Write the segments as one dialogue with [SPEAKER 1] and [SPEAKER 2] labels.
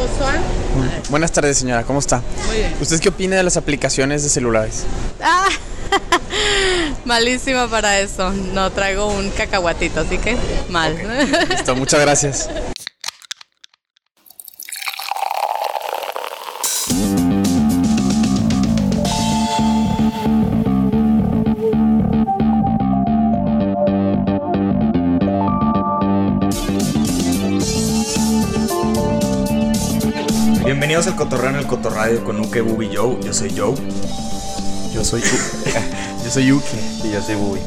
[SPEAKER 1] Ochoa.
[SPEAKER 2] Buenas tardes, señora, ¿cómo está?
[SPEAKER 3] Muy bien.
[SPEAKER 2] ¿Usted qué opina de las aplicaciones de celulares?
[SPEAKER 3] Ah, malísima para eso. No traigo un cacahuatito, así que mal.
[SPEAKER 2] Listo, muchas gracias.
[SPEAKER 4] Bienvenidos al Cotorreo en el Cotorradio con Uke, Bubi y Joe. Yo soy Joe.
[SPEAKER 2] Yo soy Uke. Yo soy Uke.
[SPEAKER 4] Y yo soy Bubi.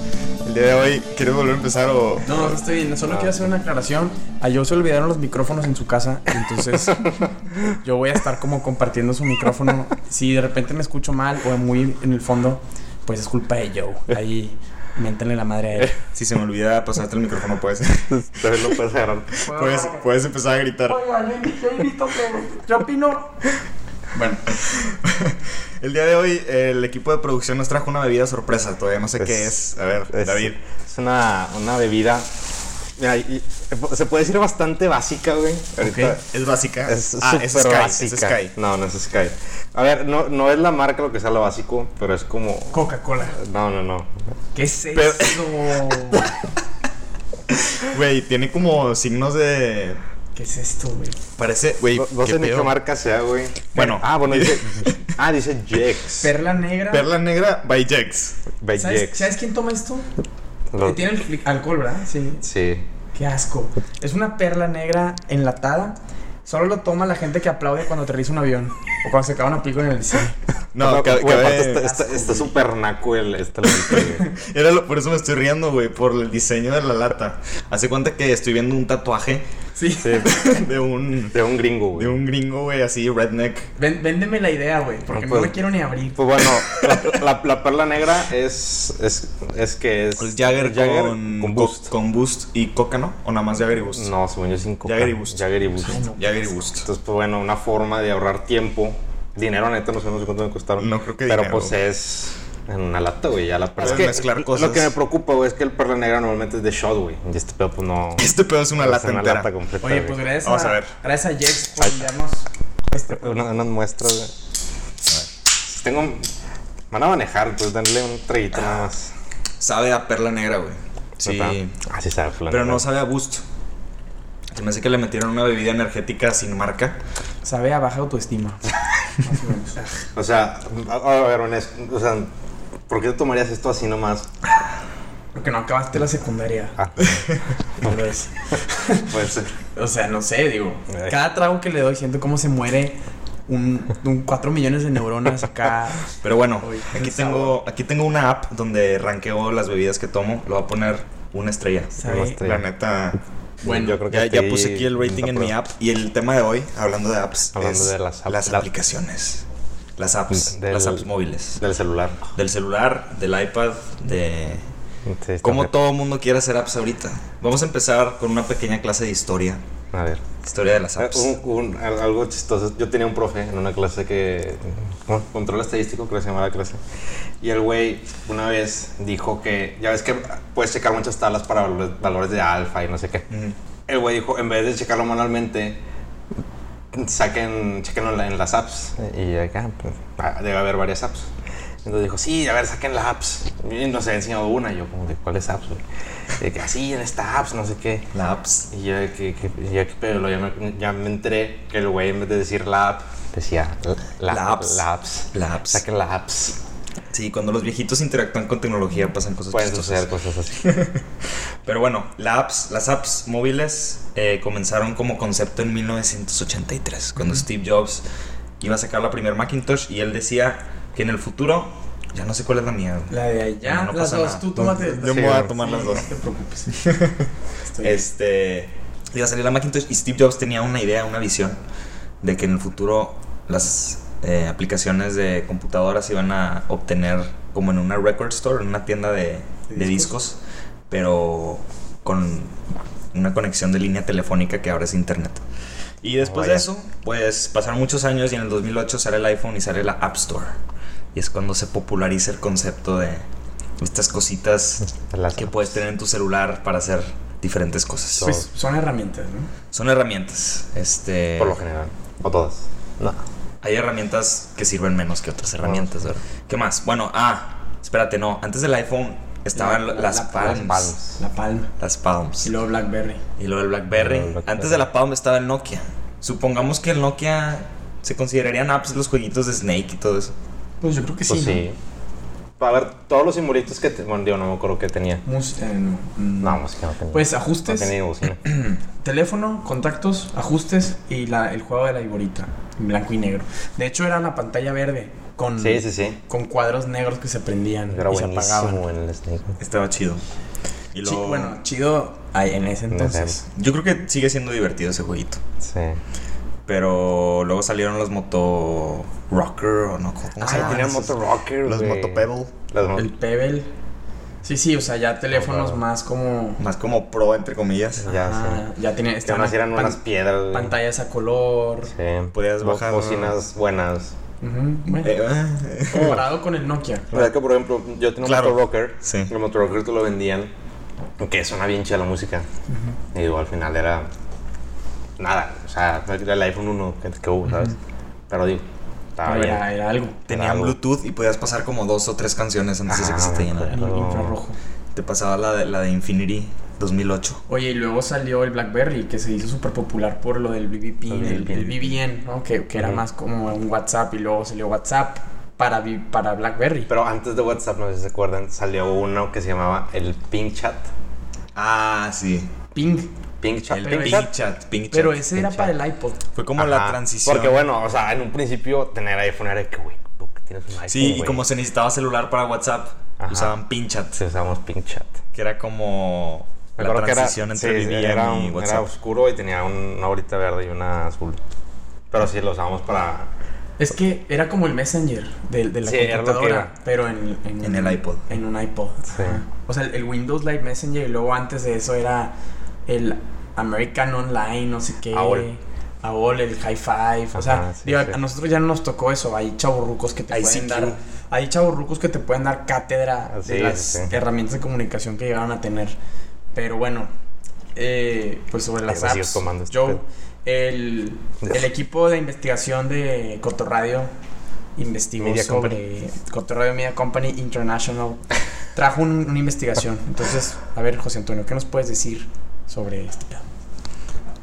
[SPEAKER 4] El día de hoy, ¿quieres volver a empezar o.?
[SPEAKER 2] No, no estoy bien. Solo quiero hacer una aclaración. A Joe se olvidaron los micrófonos en su casa. Entonces, yo voy a estar como compartiendo su micrófono. Si de repente me escucho mal o muy en el fondo, pues es culpa de Joe. Ahí, miéntenle la madre a él.
[SPEAKER 4] Si se me olvida pasarte el micrófono, puedes,
[SPEAKER 5] También lo puedes agarrar.
[SPEAKER 4] puedes, puedes empezar a gritar.
[SPEAKER 2] Yo opino. Bueno,
[SPEAKER 4] El día de hoy, el equipo de producción nos trajo una bebida sorpresa. Todavía no sé qué es. A ver,
[SPEAKER 5] Es-
[SPEAKER 4] David.
[SPEAKER 5] Es una, una bebida. Mira, y- y- se puede decir bastante básica, güey. Ahorita
[SPEAKER 4] Es básica.
[SPEAKER 5] Es
[SPEAKER 4] ah,
[SPEAKER 5] súper
[SPEAKER 4] es Sky.
[SPEAKER 5] básica.
[SPEAKER 4] Es Sky.
[SPEAKER 5] No, no es Sky. A ver, no, no es la marca lo que sea lo básico, pero es como.
[SPEAKER 2] Coca-Cola.
[SPEAKER 5] No, no, no.
[SPEAKER 2] ¿Qué es eso?
[SPEAKER 4] Pero- Güey, tiene como signos de.
[SPEAKER 2] ¿Qué es esto, güey?
[SPEAKER 4] Parece. Güey,
[SPEAKER 5] No, no
[SPEAKER 4] qué
[SPEAKER 5] sé ni
[SPEAKER 4] pedo.
[SPEAKER 5] qué marca sea, güey.
[SPEAKER 4] Bueno.
[SPEAKER 5] Ah, bueno, dice. ah, dice Jex.
[SPEAKER 2] Perla negra.
[SPEAKER 4] Perla Negra by Jex.
[SPEAKER 5] By
[SPEAKER 2] ¿Sabes,
[SPEAKER 5] Jex.
[SPEAKER 2] ¿Sabes quién toma esto?
[SPEAKER 5] Lo-
[SPEAKER 2] Que tiene el fli- alcohol, ¿verdad? Sí.
[SPEAKER 5] Sí.
[SPEAKER 2] Qué asco. Es una perla negra enlatada. Solo lo toma la gente que aplaude cuando aterriza un avión o cuando se acaba una película en el cine.
[SPEAKER 4] No,
[SPEAKER 5] Aparte,
[SPEAKER 4] cabe-
[SPEAKER 5] güey,
[SPEAKER 4] cabe-
[SPEAKER 5] aparte está- está- está súper naco el. Este lamento, güey.
[SPEAKER 4] Era lo- por eso me estoy riendo, güey, por el diseño de la lata. Hace cuenta que estoy viendo un tatuaje
[SPEAKER 2] Sí.
[SPEAKER 5] Sí,
[SPEAKER 4] de un
[SPEAKER 5] De un gringo, güey.
[SPEAKER 4] de un gringo, güey, así redneck.
[SPEAKER 2] Ven- véndeme la idea, güey, porque
[SPEAKER 5] No
[SPEAKER 2] no,
[SPEAKER 5] puedo.
[SPEAKER 2] la quiero ni abrir.
[SPEAKER 5] Pues bueno, la, la- la perla negra es, es, es que es.
[SPEAKER 4] El Jagger, con,
[SPEAKER 5] con Boost.
[SPEAKER 4] co- con Boost y Coca, ¿no? O nada más Jagger y Boost.
[SPEAKER 5] No, según yo cinco.
[SPEAKER 4] Jagger y Boost.
[SPEAKER 5] Jagger y Boost.
[SPEAKER 2] Ay, no.
[SPEAKER 4] Jagger y Boost.
[SPEAKER 5] Entonces, pues bueno, una forma de ahorrar tiempo. Dinero, neta, no sé, no sé cuánto me costaron.
[SPEAKER 4] No creo que
[SPEAKER 5] Pero
[SPEAKER 4] dinero.
[SPEAKER 5] pues es en una lata, güey, ya la perla.
[SPEAKER 4] Pueden mezclar cosas.
[SPEAKER 5] Lo que me preocupa, güey, es que el perla negra normalmente es de shot, güey. Y este pedo, pues no.
[SPEAKER 4] Este pedo es una
[SPEAKER 5] es
[SPEAKER 4] lata
[SPEAKER 5] una
[SPEAKER 4] entera.
[SPEAKER 5] lata completa.
[SPEAKER 2] Oye,
[SPEAKER 5] güey.
[SPEAKER 2] pues gracias
[SPEAKER 4] Vamos
[SPEAKER 2] a,
[SPEAKER 4] a ver.
[SPEAKER 2] Gracias a Jex por enviarnos este
[SPEAKER 5] Una, unas muestras, güey. Tengo. Van a manejar, pues denle un traguito nada más.
[SPEAKER 4] Sabe a perla negra, güey. Sí.
[SPEAKER 5] Ah, sí sabe, la
[SPEAKER 4] Pero
[SPEAKER 5] neta.
[SPEAKER 4] no sabe a Boost. Se me hace que le metieron una bebida energética sin marca.
[SPEAKER 2] Sabe a baja autoestima. Más o menos.
[SPEAKER 5] O sea, a, a ver, Vanessa, o sea, ¿por qué te tomarías esto así nomás?
[SPEAKER 2] Porque no acabaste la secundaria.
[SPEAKER 5] Ah,
[SPEAKER 2] tal vez.
[SPEAKER 5] puede ser.
[SPEAKER 2] O sea, no sé, digo.
[SPEAKER 5] Ay.
[SPEAKER 2] Cada trago que le doy siento cómo se muere un, un 4 millones de neuronas acá.
[SPEAKER 4] Pero bueno,
[SPEAKER 2] Uy,
[SPEAKER 4] aquí
[SPEAKER 2] el sabor.
[SPEAKER 4] tengo, aquí tengo una app donde ranqueo las bebidas que tomo. Lo voy a poner una estrella.
[SPEAKER 2] ¿Sabe?
[SPEAKER 4] La neta.
[SPEAKER 2] Bueno,
[SPEAKER 5] yo creo que
[SPEAKER 4] Ya, ya
[SPEAKER 5] sí,
[SPEAKER 4] puse aquí el rating en mi
[SPEAKER 5] apruebo.
[SPEAKER 4] app. Y el tema de hoy, hablando de apps,
[SPEAKER 5] Hablando
[SPEAKER 4] es
[SPEAKER 5] de las apps.
[SPEAKER 4] las
[SPEAKER 5] La-
[SPEAKER 4] aplicaciones. Las apps.
[SPEAKER 5] Del-
[SPEAKER 4] las apps móviles.
[SPEAKER 5] Del celular.
[SPEAKER 4] Del celular, del iPad, de...
[SPEAKER 5] Sí, está
[SPEAKER 4] Como
[SPEAKER 5] bien.
[SPEAKER 4] todo mundo quiere hacer apps ahorita. Vamos a empezar con una pequeña clase de historia.
[SPEAKER 5] A ver.
[SPEAKER 4] Historia de las
[SPEAKER 5] Eh,
[SPEAKER 4] apps.
[SPEAKER 5] un- un- al- algo chistoso. Yo tenía un profe en una clase que. ¿cómo? Control estadístico, creo que se llama la clase. Y el güey una vez dijo que. Ya ves que puedes checar muchas tablas para valores, valores de alfa y no sé qué.
[SPEAKER 4] Ujú.
[SPEAKER 5] El güey dijo: en vez de checarlo manualmente, saquen, chequenlo en, la- en las apps. Y acá, pues, ah, debe haber varias apps. Entonces dijo, sí, a ver, saquen las apps. Y nos había enseñado una. Y yo, como, ¿de cuáles apps, güey? Y de que, así, en esta apps, no sé qué.
[SPEAKER 4] La apps.
[SPEAKER 5] Y yo, de que, que, ya, que pedo, luego ya, me, ya me enteré que el güey, en vez de decir la app, decía la,
[SPEAKER 4] La apps.
[SPEAKER 5] La apps.
[SPEAKER 4] La apps.
[SPEAKER 5] Saquen la apps.
[SPEAKER 4] Sí, cuando los viejitos interactúan con tecnología pasan cosas
[SPEAKER 5] Pueden
[SPEAKER 4] chistosas.
[SPEAKER 5] suceder cosas así.
[SPEAKER 4] Pero bueno, la apps, las apps móviles eh, comenzaron como concepto en 1983, cuando Steve Jobs iba a sacar la primer Macintosh y él decía que en el futuro, ya no sé cuál es la mía. güey.
[SPEAKER 2] La de allá,
[SPEAKER 4] No, no
[SPEAKER 2] las
[SPEAKER 4] pasa
[SPEAKER 2] dos,
[SPEAKER 4] nada.
[SPEAKER 2] tú tómate.
[SPEAKER 4] Yo me voy a tomar las dos.
[SPEAKER 2] No te preocupes. Estoy-
[SPEAKER 4] Este, iba a salir la Macintosh y Steve Jobs tenía una idea, una visión de que en el futuro las eh, aplicaciones de computadoras iban a obtener como en una record store, en una tienda de,
[SPEAKER 2] ¿De
[SPEAKER 4] de discos, pero con una conexión de línea telefónica que ahora es internet. Y después de
[SPEAKER 5] Vaya.
[SPEAKER 4] eso, pues pasaron muchos años y en el 2008 sale el iPhone y sale la App Store. Y es cuando se populariza el concepto de estas cositas
[SPEAKER 5] Las
[SPEAKER 4] que
[SPEAKER 5] apps.
[SPEAKER 4] puedes tener en tu celular para hacer diferentes cosas.
[SPEAKER 2] Pues son herramientas, ¿no?
[SPEAKER 4] Son herramientas. Este,
[SPEAKER 5] Por lo general. O todas. No. pues
[SPEAKER 4] hay herramientas que sirven menos que otras herramientas, ¿verdad? ¿Qué más? Bueno, ah, espérate, no. Antes del iPhone estaban
[SPEAKER 2] La- la-
[SPEAKER 4] las
[SPEAKER 2] la-
[SPEAKER 4] Palms.
[SPEAKER 5] Las palmas.
[SPEAKER 2] La palma.
[SPEAKER 4] Las Palms.
[SPEAKER 2] Y luego Blackberry.
[SPEAKER 4] Y luego el BlackBerry.
[SPEAKER 5] Y luego el Blackberry.
[SPEAKER 4] Antes de la Palm estaba el Nokia. Supongamos que el Nokia se considerarían apps los jueguitos de Snake y todo eso.
[SPEAKER 2] Pues yo creo que
[SPEAKER 5] Pues
[SPEAKER 2] sí.
[SPEAKER 5] sí. Para ver todos los simbolitos que. te- Bueno, yo no me acuerdo qué tenía.
[SPEAKER 2] ¿no? Mus- eh, no. Mm.
[SPEAKER 5] No, música no tenía.
[SPEAKER 2] Pues
[SPEAKER 5] no
[SPEAKER 2] ajustes,
[SPEAKER 5] tenía ni bocina.
[SPEAKER 2] teléfono, contactos, ajustes y la, el juego de la iborita, en blanco y negro. De hecho era una pantalla verde con,
[SPEAKER 5] Sí, sí, sí.
[SPEAKER 2] con cuadros negros que se prendían
[SPEAKER 5] Era
[SPEAKER 2] y se apagaban.
[SPEAKER 5] buenísimo en el Snake.
[SPEAKER 4] Estaba chido. Y
[SPEAKER 2] Sí,
[SPEAKER 4] luego,
[SPEAKER 2] bueno, chido ay, en ese
[SPEAKER 5] No sé.
[SPEAKER 2] entonces.
[SPEAKER 4] yo creo que sigue siendo divertido ese jueguito.
[SPEAKER 5] Sí.
[SPEAKER 4] Pero luego salieron los Moto Rocker o no. ¿Cómo
[SPEAKER 2] Ah,
[SPEAKER 4] se llaman
[SPEAKER 5] tenían
[SPEAKER 4] esos?
[SPEAKER 5] Moto Rocker.
[SPEAKER 4] Los
[SPEAKER 5] güey.
[SPEAKER 4] Moto Pebble.
[SPEAKER 5] Las mo-
[SPEAKER 2] El Pebble. Sí, sí, o sea, ya teléfonos
[SPEAKER 5] claro.
[SPEAKER 2] más como...
[SPEAKER 4] Más como pro, entre comillas.
[SPEAKER 5] Ya,
[SPEAKER 2] Ah,
[SPEAKER 5] sí.
[SPEAKER 2] ya tenía...
[SPEAKER 5] Que
[SPEAKER 2] estaban
[SPEAKER 5] además eran
[SPEAKER 2] pan-
[SPEAKER 5] unas piedras. güey.
[SPEAKER 2] Pantallas a color.
[SPEAKER 5] Sí.
[SPEAKER 4] Podías
[SPEAKER 5] Bo-
[SPEAKER 4] bajar-
[SPEAKER 5] Bocinas buenas.
[SPEAKER 2] Ujú, bueno,
[SPEAKER 4] Eh, eh,
[SPEAKER 2] comparado con el Nokia.
[SPEAKER 5] La verdad que, por ejemplo, yo tenía
[SPEAKER 4] Claro.
[SPEAKER 5] un Motor Rocker.
[SPEAKER 4] Sí.
[SPEAKER 5] El Motor Rocker te lo vendían. Que suena bien chida la música. Y digo, al final era. Nada. O sea, era el iPhone 1 que, que hubo, ¿sabes? Pero digo, estaba
[SPEAKER 2] Pero
[SPEAKER 5] bien.
[SPEAKER 2] era, era algo.
[SPEAKER 4] Tenían
[SPEAKER 5] Algo.
[SPEAKER 4] Bluetooth y podías pasar como dos o tres canciones antes de
[SPEAKER 5] Ah,
[SPEAKER 4] que se te
[SPEAKER 5] me
[SPEAKER 4] llenara.
[SPEAKER 5] acuerdo.
[SPEAKER 2] El
[SPEAKER 5] Pero-
[SPEAKER 2] infrarrojo.
[SPEAKER 4] Te pasaba la de, la de Infinity 2008.
[SPEAKER 2] Oye, y luego salió el BlackBerry, que se hizo súper popular por lo del BBP,
[SPEAKER 5] El
[SPEAKER 2] el,
[SPEAKER 5] BBPIN.
[SPEAKER 2] el BBN, ¿no? Que, que era
[SPEAKER 5] Ujú.
[SPEAKER 2] más como un WhatsApp y luego salió WhatsApp para, vi- para BlackBerry.
[SPEAKER 5] Pero antes de WhatsApp, no sé si se acuerdan, salió uno que se llamaba el Pink Chat.
[SPEAKER 4] Ah, sí.
[SPEAKER 2] Ping.
[SPEAKER 5] Pink Chat.
[SPEAKER 4] El
[SPEAKER 2] pero
[SPEAKER 4] Pink
[SPEAKER 2] esa-
[SPEAKER 4] Chat. Pink
[SPEAKER 2] Pero
[SPEAKER 4] Chat.
[SPEAKER 2] ese era para el iPod.
[SPEAKER 4] Fue como
[SPEAKER 5] Ajá,
[SPEAKER 4] la transición.
[SPEAKER 5] Porque bueno, o sea, en un principio tener iPhone era de que, güey, ¿por qué tienes un iPhone?
[SPEAKER 4] Sí, y
[SPEAKER 5] güey?
[SPEAKER 4] como se necesitaba celular para WhatsApp,
[SPEAKER 5] Ajá.
[SPEAKER 4] usaban Pinchat,
[SPEAKER 5] Sí, usamos Pink Chat.
[SPEAKER 4] que era como
[SPEAKER 5] Me
[SPEAKER 4] la
[SPEAKER 5] acuerdo que era-
[SPEAKER 4] transición entre
[SPEAKER 5] sí,
[SPEAKER 4] BBM
[SPEAKER 5] era, un-
[SPEAKER 4] y
[SPEAKER 5] era
[SPEAKER 4] WhatsApp.
[SPEAKER 5] oscuro y tenía un- una bolita verde y una azul. Pero sí, lo usábamos para.
[SPEAKER 2] Es que era como el Messenger de, de la
[SPEAKER 5] Sí, era lo que
[SPEAKER 2] computadora,
[SPEAKER 5] era.
[SPEAKER 2] pero en, en,
[SPEAKER 4] En el iPod.
[SPEAKER 2] En un iPod.
[SPEAKER 5] Sí.
[SPEAKER 2] Ajá. O sea, el, el Windows Live Messenger y luego antes de eso era el American Online, no sé qué.
[SPEAKER 5] AOL.
[SPEAKER 2] AOL, el High Five. O sea,
[SPEAKER 5] Ajá, sí,
[SPEAKER 2] digo, a-
[SPEAKER 5] sí.
[SPEAKER 2] a nosotros ya no nos tocó eso. Hay chaburrucos que te
[SPEAKER 4] ICQ.
[SPEAKER 2] pueden dar. Hay chaburrucos que te pueden dar cátedra
[SPEAKER 5] Así
[SPEAKER 2] de
[SPEAKER 5] es,
[SPEAKER 2] las
[SPEAKER 5] sí.
[SPEAKER 2] herramientas de comunicación que llegaron a tener. Pero bueno, eh, pues sobre las
[SPEAKER 5] Ahí me sigues
[SPEAKER 2] apps.
[SPEAKER 5] tomando este
[SPEAKER 2] Joe,
[SPEAKER 5] pedo.
[SPEAKER 2] el, el equipo de investigación de Cotorradio investigó
[SPEAKER 5] Media
[SPEAKER 2] sobre Cotorradio Media Company International. Trajo un- una investigación. Entonces, a ver, José Antonio, ¿qué nos puedes decir sobre este pedo?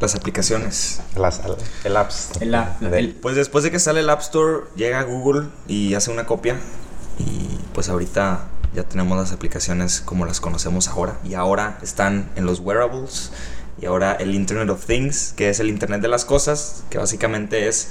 [SPEAKER 4] Las aplicaciones.
[SPEAKER 5] Las, el apps.
[SPEAKER 2] El app,
[SPEAKER 5] De-
[SPEAKER 2] el-
[SPEAKER 4] Pues después de que sale el App Store, llega Google y hace una copia. Y pues ahorita ya tenemos las aplicaciones como las conocemos ahora. Y ahora están en los wearables. Y ahora el Internet of Things, que es el Internet de las Cosas, que básicamente es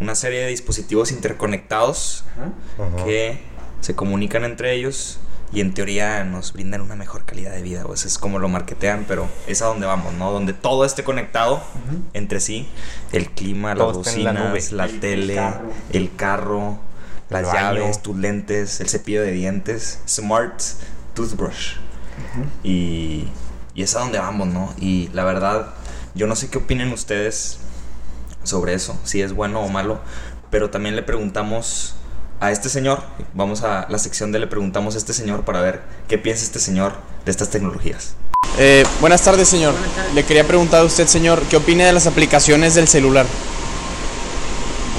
[SPEAKER 4] una serie de dispositivos interconectados
[SPEAKER 2] Ajá.
[SPEAKER 5] Ajá.
[SPEAKER 4] que se comunican entre ellos y en teoría nos brindan una mejor calidad de vida. Pues es como lo marketean, pero es a donde vamos, ¿no? Donde todo esté conectado
[SPEAKER 2] Ujú.
[SPEAKER 4] entre sí. El clima, las
[SPEAKER 5] Todo está en la
[SPEAKER 4] bocinas,
[SPEAKER 5] nube.
[SPEAKER 4] la,
[SPEAKER 2] El
[SPEAKER 4] tele,
[SPEAKER 2] carro.
[SPEAKER 4] el carro,
[SPEAKER 5] El
[SPEAKER 4] las
[SPEAKER 5] baño.
[SPEAKER 4] llaves, tus lentes, el cepillo de dientes, smart toothbrush. Y, y es a donde vamos, ¿no? Y la verdad, yo no sé qué opinen ustedes sobre eso, si es bueno o malo, pero también le preguntamos a este señor, vamos a la sección de le preguntamos a este señor para ver qué piensa este señor de estas tecnologías.
[SPEAKER 1] Eh, buenas tardes, señor. Le quería preguntar a usted, señor, ¿qué opina de las aplicaciones del celular?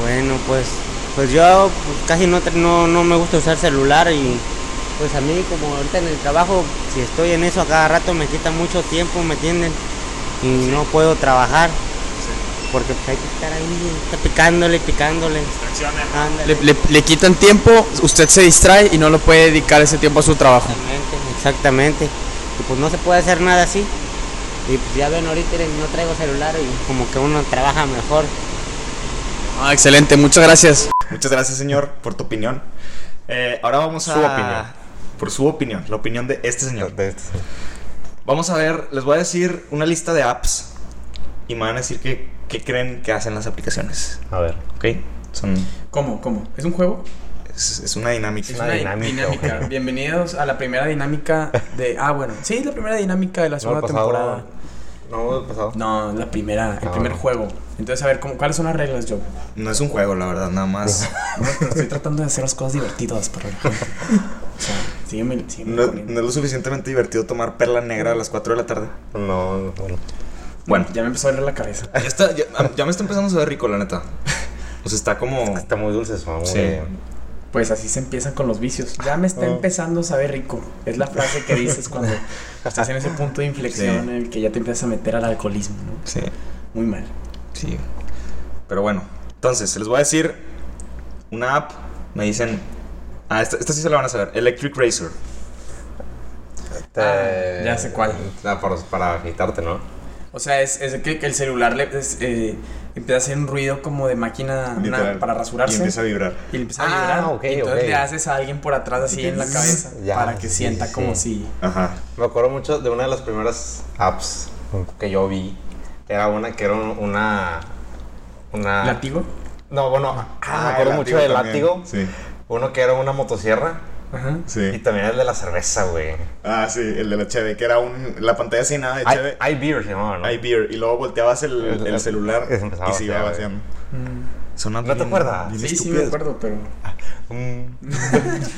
[SPEAKER 6] Bueno, pues, pues yo pues, casi no, tra- no, no me gusta usar celular y pues a mí como ahorita en el trabajo, si estoy en eso a cada rato me quita mucho tiempo, ¿me entienden? Y no puedo trabajar. Porque pues, hay que estar ahí está picándole, picándole. Ándale,
[SPEAKER 1] Le, le- le quitan tiempo, usted se distrae y no lo puede dedicar ese tiempo a su trabajo.
[SPEAKER 6] Exactamente, exactamente. Y pues no se puede hacer nada así. Y pues ya ven ahorita miren, no traigo celular y como que uno trabaja mejor.
[SPEAKER 1] Ah, excelente, muchas gracias.
[SPEAKER 4] Muchas gracias, señor, por tu opinión. Eh, ahora vamos a.
[SPEAKER 5] Su opinión.
[SPEAKER 4] Por su opinión, la opinión de este señor.
[SPEAKER 5] de estos.
[SPEAKER 4] Vamos a ver, les voy a decir una lista de apps y me van a decir qué, qué creen que hacen las aplicaciones.
[SPEAKER 5] A ver.
[SPEAKER 4] ¿Ok? Son,
[SPEAKER 2] ¿Cómo? ¿Cómo? ¿Es un juego?
[SPEAKER 4] es, es una dinámica.
[SPEAKER 2] Es
[SPEAKER 5] una
[SPEAKER 2] una di-
[SPEAKER 5] dinámica,
[SPEAKER 2] dinámica.
[SPEAKER 5] ojalá.
[SPEAKER 2] Bienvenidos a la primera dinámica de. Ah, bueno. Sí, es la primera dinámica de la segunda
[SPEAKER 5] pasado-
[SPEAKER 2] temporada.
[SPEAKER 5] No, el pasado.
[SPEAKER 2] No, la primera, el
[SPEAKER 5] Ah,
[SPEAKER 2] primer
[SPEAKER 5] bueno.
[SPEAKER 2] juego. Entonces, a ver, ¿cómo, ¿cuáles son las reglas, Joe?
[SPEAKER 4] No es un juego, la verdad, nada más.
[SPEAKER 2] Estoy tratando de hacer las cosas divertidas para la gente. O sea, Sígueme, sígueme
[SPEAKER 4] No,
[SPEAKER 2] corriendo.
[SPEAKER 4] no es lo suficientemente divertido tomar perla negra a las 4 de la tarde.
[SPEAKER 5] No, no, no.
[SPEAKER 4] Bueno,
[SPEAKER 2] Ya me empezó a doler la cabeza.
[SPEAKER 4] ya, está, ya, ya me está empezando a saber rico, la neta. O sea, está como.
[SPEAKER 5] Está muy dulce su amor.
[SPEAKER 4] Sí.
[SPEAKER 5] eh.
[SPEAKER 2] Pues así se empieza con los vicios. Ya me está
[SPEAKER 5] Ah.
[SPEAKER 2] empezando a saber rico. Es la frase que dices cuando estás en ese punto de inflexión en
[SPEAKER 4] Sí.
[SPEAKER 2] el que ya te empiezas a meter al alcoholismo, ¿no?
[SPEAKER 4] Sí,
[SPEAKER 2] Muy mal.
[SPEAKER 4] sí. Pero bueno, entonces les voy a decir una app. Me dicen. Ah, esta, esta sí se la van a saber. Electric Razor.
[SPEAKER 5] Te-
[SPEAKER 2] Ah, ya sé cuál.
[SPEAKER 5] Ah, por- para agitarte, ¿no?
[SPEAKER 2] O sea, es, es que el celular le, es, eh, empieza a hacer un ruido como de máquina una-
[SPEAKER 4] Literal.
[SPEAKER 2] para rasurarse.
[SPEAKER 4] Y empieza a vibrar.
[SPEAKER 2] Y le empieza a
[SPEAKER 5] Ah,
[SPEAKER 2] vibrar.
[SPEAKER 5] ok,
[SPEAKER 2] y entonces
[SPEAKER 5] ok.
[SPEAKER 2] le haces a alguien por atrás así en la cabeza
[SPEAKER 5] Ya,
[SPEAKER 2] para que
[SPEAKER 5] sí,
[SPEAKER 2] sienta
[SPEAKER 5] sí.
[SPEAKER 2] como si.
[SPEAKER 4] Ajá.
[SPEAKER 5] Me acuerdo mucho de una de las primeras apps que yo vi. Era una que era un- una. Una.
[SPEAKER 2] ¿Latigo?
[SPEAKER 5] No, bueno, ah, me acuerdo mucho del látigo.
[SPEAKER 4] Sí.
[SPEAKER 5] Uno que era una motosierra.
[SPEAKER 2] Ajá.
[SPEAKER 5] Y también el de la cerveza, güey.
[SPEAKER 4] Ah, sí, el de la cheve, que era un, la pantalla sin nada de
[SPEAKER 5] I-
[SPEAKER 4] cheve,
[SPEAKER 5] iBeer se llamaba, ¿no?
[SPEAKER 4] hay beer, y luego volteabas el,
[SPEAKER 5] El-
[SPEAKER 4] el celular
[SPEAKER 5] Eso empezaba
[SPEAKER 4] y se iba
[SPEAKER 5] a vaciar,
[SPEAKER 4] vaciando.
[SPEAKER 2] Mm.
[SPEAKER 4] Sonando
[SPEAKER 5] ¿No te acuerdas?
[SPEAKER 2] Sí, sí, me acuerdo, pero.
[SPEAKER 4] Mm.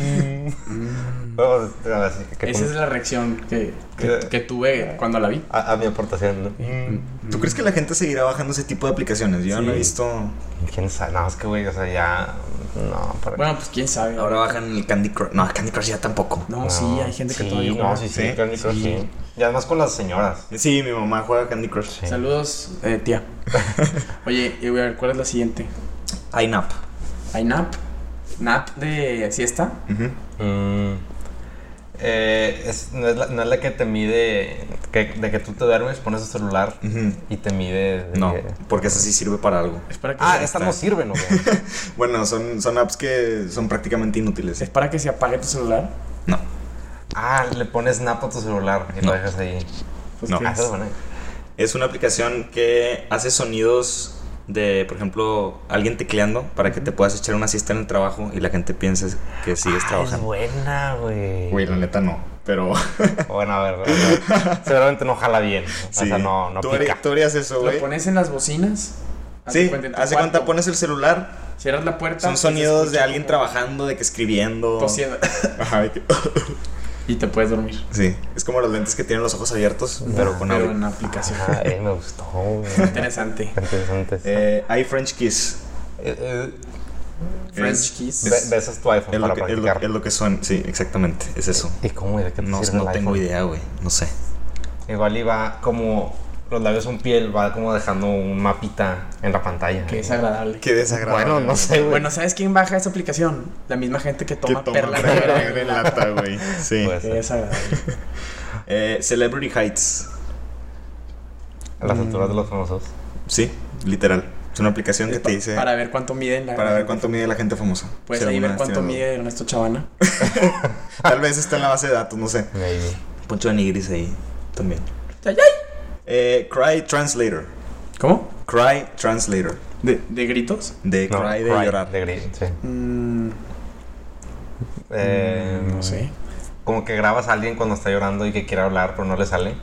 [SPEAKER 5] Mm. Vamos, así que- que
[SPEAKER 2] Esa es la reacción que, que,
[SPEAKER 5] Que-
[SPEAKER 2] que tuve
[SPEAKER 4] Ah.
[SPEAKER 2] cuando la vi.
[SPEAKER 5] a, a mi aportación, ¿no?
[SPEAKER 4] Mm.
[SPEAKER 5] Mm.
[SPEAKER 4] ¿Tú crees que la gente seguirá bajando ese tipo de aplicaciones? Yo no he visto...
[SPEAKER 5] ¿Quién sabe? No, es que, güey, o sea, ya. No, para
[SPEAKER 2] Bueno, pues quién sabe.
[SPEAKER 4] Ahora bajan el Candy Crush. No, Candy Crush ya tampoco.
[SPEAKER 2] No, sí, hay gente que
[SPEAKER 5] sí,
[SPEAKER 2] todavía
[SPEAKER 5] no,
[SPEAKER 2] juega.
[SPEAKER 5] sí, sí,
[SPEAKER 4] Sí,
[SPEAKER 5] Candy Crush, sí. Y además con las señoras.
[SPEAKER 4] Sí, mi mamá juega Candy Crush.
[SPEAKER 5] Sí.
[SPEAKER 2] Saludos, eh, tía. Oye, y voy a ver, ¿cuál es la siguiente?
[SPEAKER 4] INAP.
[SPEAKER 2] ¿Hay nap? ¿Nap de siesta?
[SPEAKER 5] Mm. Eh, es- no, es la, no es la que te mide. que- de que tú te duermes, pones el celular
[SPEAKER 4] Ujú. Eh,
[SPEAKER 5] y te mide. de
[SPEAKER 4] No,
[SPEAKER 5] que-
[SPEAKER 4] porque esa sí sirve para algo.
[SPEAKER 2] Es para que,
[SPEAKER 5] Ah,
[SPEAKER 2] se,
[SPEAKER 5] estas no sirven, ¿no? güey?
[SPEAKER 4] Bueno, son, son apps que son prácticamente inútiles.
[SPEAKER 2] es para que se apague tu celular.
[SPEAKER 4] Eh, No.
[SPEAKER 5] ah, le pones snap a tu celular y
[SPEAKER 4] No.
[SPEAKER 5] lo dejas ahí.
[SPEAKER 2] Pues,
[SPEAKER 4] No.
[SPEAKER 2] ¿qué
[SPEAKER 5] Ah,
[SPEAKER 2] es?
[SPEAKER 5] esa es buena.
[SPEAKER 4] Es una aplicación que hace sonidos de, por ejemplo, alguien tecleando para que te puedas echar una siesta en el trabajo y la gente piense que sigues
[SPEAKER 5] Ah, Es
[SPEAKER 4] trabajando.
[SPEAKER 5] buena, güey.
[SPEAKER 4] Güey, la neta no, pero...
[SPEAKER 5] Bueno, a ver, o sea, seguramente no jala bien. O sea, no, no
[SPEAKER 4] tú,
[SPEAKER 5] pica.
[SPEAKER 4] harías- tú harías eso,
[SPEAKER 2] Lo
[SPEAKER 4] güey.
[SPEAKER 2] pones en las bocinas. haz de
[SPEAKER 4] Sí,
[SPEAKER 2] cuenta en tu
[SPEAKER 4] hace cuenta
[SPEAKER 2] cuarto,
[SPEAKER 4] pones el celular,
[SPEAKER 2] Cierras la puerta.
[SPEAKER 4] son
[SPEAKER 2] y se
[SPEAKER 4] sonidos de
[SPEAKER 2] escucha
[SPEAKER 4] alguien
[SPEAKER 2] como
[SPEAKER 4] trabajando, de que escribiendo.
[SPEAKER 2] tosiendo.
[SPEAKER 4] Ajá, de que-
[SPEAKER 2] y te puedes dormir.
[SPEAKER 4] Sí, es como los lentes que tienen los ojos abiertos, pero con
[SPEAKER 2] Pero
[SPEAKER 4] audio.
[SPEAKER 2] en aplicación.
[SPEAKER 5] Ah, eh, me gustó, güey.
[SPEAKER 2] Interesante.
[SPEAKER 5] Está Interesante. eso.
[SPEAKER 4] Eh, hay French Kiss.
[SPEAKER 5] Eh, eh,
[SPEAKER 2] French Kiss.
[SPEAKER 5] be- besas tu iPhone
[SPEAKER 4] Es
[SPEAKER 5] para
[SPEAKER 4] lo, que, es, lo, es
[SPEAKER 5] practicar.
[SPEAKER 4] lo que son, sí, exactamente, es eso.
[SPEAKER 5] ¿Y cómo? ¿Y ¿De qué te
[SPEAKER 4] No,
[SPEAKER 5] sirve
[SPEAKER 4] no
[SPEAKER 5] el
[SPEAKER 4] tengo
[SPEAKER 5] iPhone?
[SPEAKER 4] idea, güey, no sé.
[SPEAKER 5] Igual iba como los labios son piel, va como dejando un mapita en la pantalla.
[SPEAKER 2] Que es agradable.
[SPEAKER 4] Qué desagradable.
[SPEAKER 5] Bueno, no sé, güey.
[SPEAKER 2] Bueno, ¿sabes quién baja esa aplicación? La misma gente que
[SPEAKER 4] Que
[SPEAKER 2] toma,
[SPEAKER 4] toma
[SPEAKER 2] perla
[SPEAKER 4] perla
[SPEAKER 2] negra.
[SPEAKER 4] negra en lata, güey. Sí.
[SPEAKER 5] Pues,
[SPEAKER 2] Qué desagradable.
[SPEAKER 4] Eh, Celebrity Heights.
[SPEAKER 5] a las alturas de los famosos.
[SPEAKER 4] Sí, literal. Es una aplicación que te dice
[SPEAKER 2] Para
[SPEAKER 4] para,
[SPEAKER 2] ver cuánto miden la.
[SPEAKER 4] ver cuánto mide la gente famosa.
[SPEAKER 2] Puedes
[SPEAKER 4] Si
[SPEAKER 2] ahí ver
[SPEAKER 4] alguna
[SPEAKER 2] cuánto
[SPEAKER 4] tiene-
[SPEAKER 2] mide Ernesto Chavana.
[SPEAKER 4] Tal vez está en la base de datos, no sé.
[SPEAKER 5] Maybe.
[SPEAKER 4] Poncho de Nigris ahí también.
[SPEAKER 2] Ay,
[SPEAKER 4] Eh, Cry Translator.
[SPEAKER 2] ¿Cómo?
[SPEAKER 4] Cry Translator.
[SPEAKER 2] ¿De, de gritos?
[SPEAKER 4] De
[SPEAKER 5] No,
[SPEAKER 4] Cry de llorar.
[SPEAKER 5] De grit, sí.
[SPEAKER 2] Mm,
[SPEAKER 5] Eh,
[SPEAKER 2] no sé.
[SPEAKER 5] Como que grabas a alguien cuando está llorando y que quiere hablar, pero no le sale.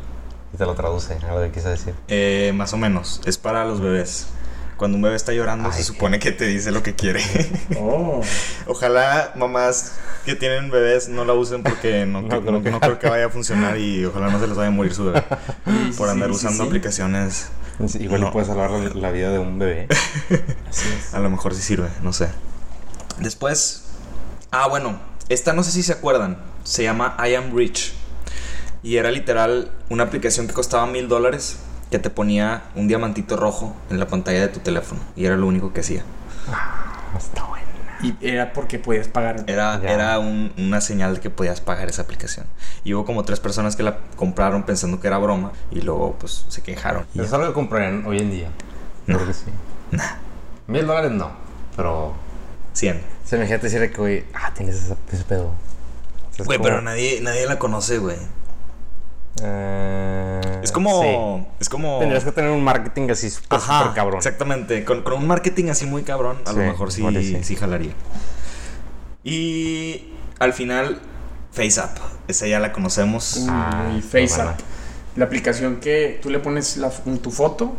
[SPEAKER 5] Y te lo traduce a lo que quiso decir.
[SPEAKER 4] Eh, más o menos. Es para los bebés. Cuando un bebé está llorando,
[SPEAKER 5] Ay.
[SPEAKER 4] se supone que te dice lo que quiere.
[SPEAKER 2] Oh.
[SPEAKER 4] ojalá mamás que tienen bebés no la usen porque no,
[SPEAKER 5] No
[SPEAKER 4] no- no creo,
[SPEAKER 5] creo que-
[SPEAKER 4] que... vaya a funcionar y ojalá no se les vaya a morir su bebé por andar
[SPEAKER 2] sí, sí,
[SPEAKER 4] usando
[SPEAKER 2] sí.
[SPEAKER 4] aplicaciones.
[SPEAKER 5] Igual
[SPEAKER 4] No.
[SPEAKER 5] le puede salvar la, la vida de un bebé.
[SPEAKER 2] Así es.
[SPEAKER 4] A lo mejor sí sirve, no sé. Después. Ah, bueno. Esta no sé si se acuerdan. Se llama I Am Rich. Y era literal una aplicación que costaba mil dólares que te ponía un diamantito rojo en la pantalla de tu teléfono. Y era lo único que hacía.
[SPEAKER 5] Está bueno.
[SPEAKER 2] Y era porque podías pagar.
[SPEAKER 4] Era,
[SPEAKER 5] Ya.
[SPEAKER 4] era un- una señal de que podías pagar esa aplicación. Y hubo como tres personas que la compraron pensando que era broma. Y luego, pues, se quejaron. Y
[SPEAKER 5] Es algo que comprarían hoy en día.
[SPEAKER 4] No.
[SPEAKER 5] Creo que sí. Mil dólares no. Pero.
[SPEAKER 4] 100.
[SPEAKER 5] Se me imagínate decir que, güey, ah, tienes ese, ese pedo. O sea, es
[SPEAKER 4] Güey,
[SPEAKER 5] como-
[SPEAKER 4] pero nadie, nadie la conoce, güey.
[SPEAKER 5] Eh,
[SPEAKER 4] Es como.
[SPEAKER 5] sí.
[SPEAKER 4] Es como.
[SPEAKER 5] Tendrías que tener un marketing así súper súper cabrón.
[SPEAKER 4] Exactamente. Con, con un marketing así muy cabrón, a
[SPEAKER 5] Sí,
[SPEAKER 4] lo mejor sí,
[SPEAKER 5] igual y
[SPEAKER 4] sí.
[SPEAKER 5] sí.
[SPEAKER 4] jalaría. Y al final, FaceApp. Esa ya la conocemos.
[SPEAKER 5] Ah,
[SPEAKER 2] y
[SPEAKER 5] no,
[SPEAKER 2] FaceApp.
[SPEAKER 5] bueno.
[SPEAKER 2] La aplicación que tú le pones la- tu foto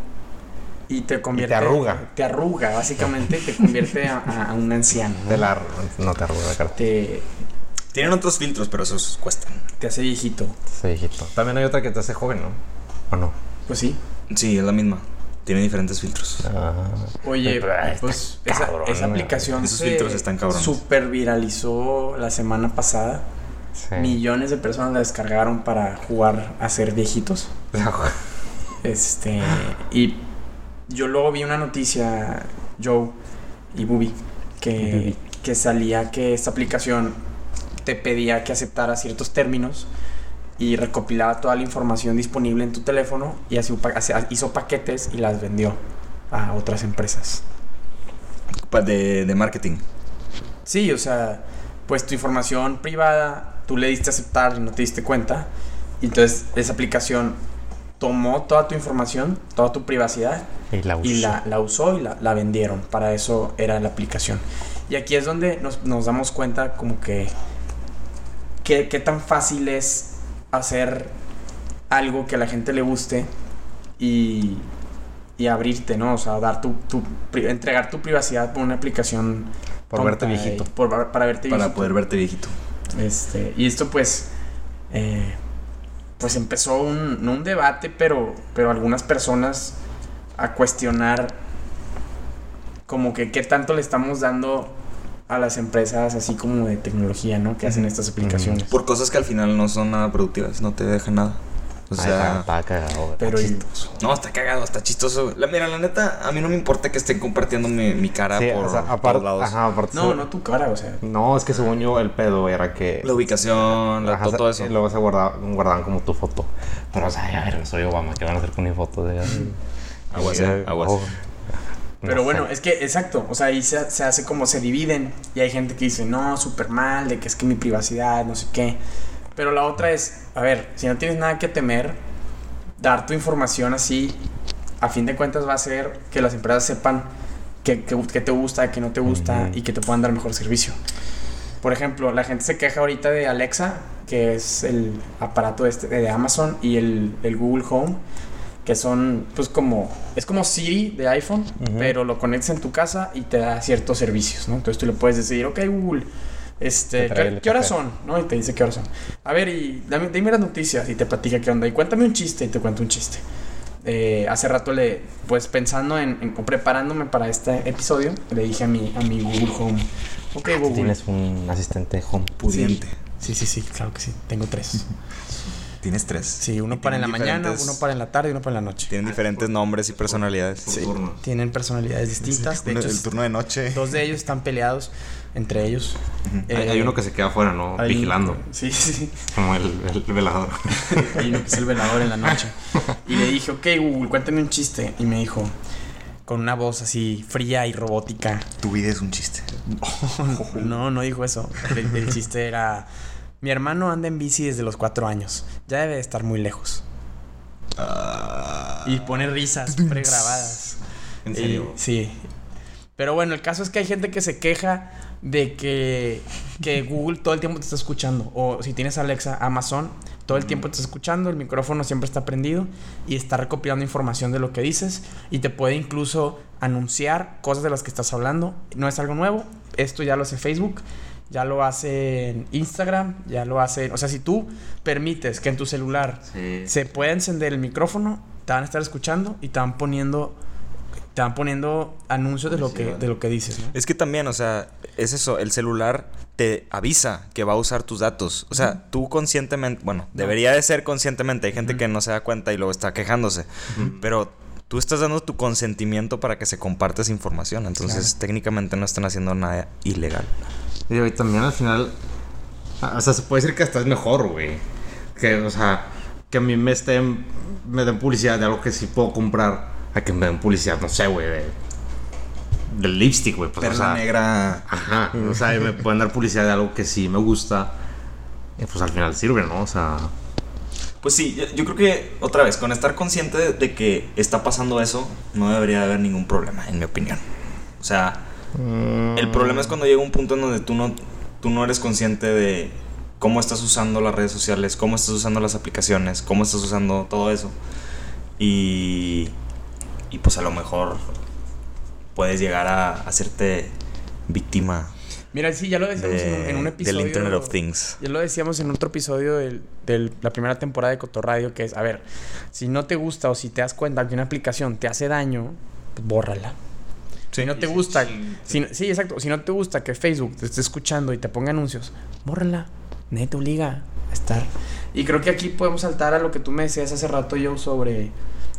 [SPEAKER 2] y te convierte.
[SPEAKER 5] arruga.
[SPEAKER 2] Te arruga, básicamente. te convierte a, a- a un anciano. ¿no?
[SPEAKER 5] Te la, no te arrugo la cara.
[SPEAKER 2] Te,
[SPEAKER 4] Tienen otros filtros, pero esos cuestan.
[SPEAKER 2] Te hace viejito.
[SPEAKER 7] Sí, hijito. También hay otra que te hace joven, ¿no? ¿O no?
[SPEAKER 2] Pues sí.
[SPEAKER 4] Sí, es la misma. Tiene diferentes filtros.
[SPEAKER 7] Ah,
[SPEAKER 2] Oye,
[SPEAKER 7] Pero, ah,
[SPEAKER 2] pues
[SPEAKER 7] está
[SPEAKER 2] esa,
[SPEAKER 7] cabrón,
[SPEAKER 2] esa
[SPEAKER 7] güey.
[SPEAKER 2] aplicación
[SPEAKER 4] Esos
[SPEAKER 2] se
[SPEAKER 4] filtros están cabrones.
[SPEAKER 2] super viralizó la semana pasada.
[SPEAKER 7] sí.
[SPEAKER 2] Millones de personas la descargaron para jugar a ser viejitos. Este, y yo luego vi una noticia, Joe y Bubi, que, que salía que esta aplicación te pedía que aceptara ciertos términos y recopilaba toda la información disponible en tu teléfono y así un pa- hacía- hizo paquetes y las vendió a otras empresas.
[SPEAKER 4] Pa- De, de marketing.
[SPEAKER 2] Sí, o sea, pues tu información privada, tú le diste a aceptar y no te diste cuenta. Y entonces esa aplicación tomó toda tu información, toda tu privacidad
[SPEAKER 7] Y la
[SPEAKER 2] y
[SPEAKER 7] usó.
[SPEAKER 2] la, la usó y la, la vendieron. Para eso era la aplicación. Y aquí es donde nos, nos damos cuenta como que, que qué tan fácil es hacer algo que a la gente le guste y, y abrirte, ¿no? O sea, dar tu, tu pri- entregar tu privacidad por una aplicación.
[SPEAKER 7] Por
[SPEAKER 2] tonta
[SPEAKER 7] verte viejito.
[SPEAKER 2] y- por ver- para verte
[SPEAKER 4] Para
[SPEAKER 2] viejito.
[SPEAKER 4] poder verte viejito.
[SPEAKER 2] Este, y esto pues, eh, pues empezó un, no un debate, pero, pero algunas personas a cuestionar como que qué tanto le estamos dando a las empresas así como de tecnología, ¿no? Que hacen estas aplicaciones.
[SPEAKER 4] Por cosas que al final no son nada productivas, no te dejan nada. O
[SPEAKER 7] Ay,
[SPEAKER 4] sea,
[SPEAKER 7] ja, estaba cagado, güey.
[SPEAKER 2] Pero y-
[SPEAKER 4] no, está cagado, está chistoso. La, mira, la neta, a mí no me importa que estén compartiendo mi, mi cara
[SPEAKER 7] Sí,
[SPEAKER 4] por
[SPEAKER 7] o sea,
[SPEAKER 4] todos
[SPEAKER 7] aparte-
[SPEAKER 4] lados.
[SPEAKER 7] ajá, aparte-
[SPEAKER 2] no, no tu cara, o sea.
[SPEAKER 7] No, es que según yo el pedo era que...
[SPEAKER 4] La ubicación, la-
[SPEAKER 7] Ajá,
[SPEAKER 4] todo, todo
[SPEAKER 7] se-
[SPEAKER 4] eso.
[SPEAKER 7] y luego se guarda- guardaban como tu foto. Pero, o sea, ya ver, soy Obama, ¿qué van a hacer con mi foto? De...
[SPEAKER 4] Aguas,
[SPEAKER 7] Sí,
[SPEAKER 4] eh, aguas.
[SPEAKER 7] oh,
[SPEAKER 2] Pero
[SPEAKER 7] no
[SPEAKER 2] bueno,
[SPEAKER 7] sé.
[SPEAKER 2] es que exacto, o sea, ahí se, se hace como se dividen y hay gente que dice, no, súper mal, de que es que mi privacidad, no sé qué. Pero la otra es, a ver, si no tienes nada que temer, dar tu información así, a fin de cuentas va a hacer que las empresas sepan qué que, te gusta, qué no te gusta y que te puedan dar mejor servicio. Por ejemplo, la gente se queja ahorita de Alexa, que es el aparato este de Amazon, y el, el Google Home, que son, pues, como. Es como Siri de iPhone, pero lo conectas en tu casa y te da ciertos servicios, ¿no? Entonces tú le puedes decir, ok, Google. Este,
[SPEAKER 7] Te trae
[SPEAKER 2] ¿qué,
[SPEAKER 7] el
[SPEAKER 2] qué horas
[SPEAKER 7] café".
[SPEAKER 2] son? ¿No? Y te dice qué horas son. A ver, y dame, dime las noticias y te platica qué onda. Y cuéntame un chiste y te cuento un chiste. Eh, hace rato le, pues pensando en, en- o preparándome para este episodio, le dije a mi, a mi Google Home, ok
[SPEAKER 7] Tú
[SPEAKER 2] Google,
[SPEAKER 7] Ah, tienes un asistente home.
[SPEAKER 4] Pudiente.
[SPEAKER 2] Sí, sí, sí, claro que sí. Tengo tres.
[SPEAKER 4] Tienes tres.
[SPEAKER 2] Sí,
[SPEAKER 4] Y
[SPEAKER 2] uno para en la
[SPEAKER 4] tienen
[SPEAKER 2] mañana,
[SPEAKER 4] diferentes-
[SPEAKER 2] uno para en la tarde y uno para en la noche.
[SPEAKER 7] Ah,
[SPEAKER 4] Tienen diferentes nombres y personalidades. Sí.
[SPEAKER 2] Tienen personalidades distintas. De hecho,
[SPEAKER 4] el turno de noche.
[SPEAKER 2] dos de ellos están peleados entre ellos. Eh,
[SPEAKER 7] Hay, hay uno que se queda afuera, ¿no? Vigilando.
[SPEAKER 2] Sí, sí.
[SPEAKER 7] Como el, el velador.
[SPEAKER 2] Y uno que es el velador en la noche. Y le dije, ok, Google, cuéntame un chiste. Y me dijo, con una voz así fría y robótica.
[SPEAKER 4] Tu vida es un chiste.
[SPEAKER 2] No, no dijo eso. El, el chiste era, mi hermano anda en bici desde los cuatro años. Ya debe de estar muy lejos.
[SPEAKER 7] Ah.
[SPEAKER 2] Y pone risas pregrabadas.
[SPEAKER 7] ¿En
[SPEAKER 2] Y-
[SPEAKER 4] Eh,
[SPEAKER 2] sí. Pero bueno, el caso es que hay gente que se queja de que, que Google todo el tiempo te está escuchando. O si tienes Alexa, Amazon, todo el tiempo te está escuchando, el micrófono siempre está prendido y está recopilando información de lo que dices y te puede incluso anunciar cosas de las que estás hablando. No es algo nuevo, esto ya lo hace Facebook. Ya lo hace en Instagram, ya lo hace... O sea, si tú permites que en tu celular se pueda encender el micrófono, te van a estar escuchando y te van poniendo te van poniendo anuncios de lo que de lo que dices, ¿no?
[SPEAKER 4] Es que también, o sea, es eso, el celular te avisa que va a usar tus datos. O sea, tú conscientemente, bueno, debería de ser conscientemente. Hay gente que no se da cuenta y luego está quejándose. Pero tú estás dando tu consentimiento para que se comparte esa información. Entonces, técnicamente no están haciendo nada ilegal.
[SPEAKER 7] Y güey, también al final. ah, O sea, se puede decir que hasta es mejor, güey. Que, o sea, que a mí me estén. Me den publicidad de algo que sí puedo comprar. A que me den publicidad, no sé, güey, de. Del lipstick, güey. Pues, o sea,
[SPEAKER 4] negra.
[SPEAKER 7] Ajá. O sea, me pueden dar publicidad de algo que sí me gusta. Y pues al final sirve, ¿no? O sea.
[SPEAKER 4] Pues sí, yo, yo creo que otra vez, con estar consciente de, de que está pasando eso, no debería haber ningún problema, en mi opinión. O sea, el problema es cuando llega un punto en donde tú no, tú no eres consciente de cómo estás usando las redes sociales, cómo estás usando las aplicaciones, cómo estás usando todo eso. Y, y pues a lo mejor puedes llegar a hacerte víctima
[SPEAKER 2] Mira, sí, ya lo decíamos en, un, en un episodio.
[SPEAKER 4] Del Internet of Things.
[SPEAKER 2] Ya lo decíamos en otro episodio de la primera temporada de Cotorradio, que es, a ver, si no te gusta o si te das cuenta que una aplicación te hace daño, pues bórrala. si no te gusta, si no- sí, exacto, si no te gusta que Facebook te esté escuchando y te ponga anuncios, bórrala. Nadie te obliga a estar. Y creo que aquí podemos saltar a lo que tú me decías hace rato, yo sobre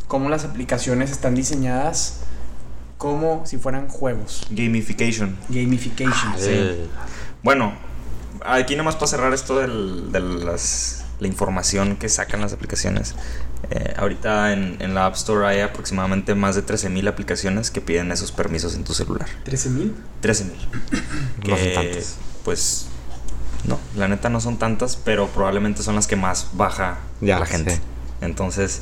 [SPEAKER 2] cómo las aplicaciones están diseñadas como si fueran juegos.
[SPEAKER 4] Gamification.
[SPEAKER 2] Gamification.
[SPEAKER 4] Sí. Bueno, aquí nomás para cerrar esto del- de las- la información que sacan las aplicaciones. Eh, ahorita en, en la App Store hay aproximadamente más de 13.000 aplicaciones que piden esos permisos en tu celular.
[SPEAKER 2] ¿13 mil?
[SPEAKER 4] 13.000.
[SPEAKER 7] No son
[SPEAKER 4] Que,
[SPEAKER 7] tantas.
[SPEAKER 4] Pues, no, la neta no son tantas, pero probablemente son las que más baja
[SPEAKER 7] Ya,
[SPEAKER 4] la gente.
[SPEAKER 7] sí.
[SPEAKER 4] Entonces,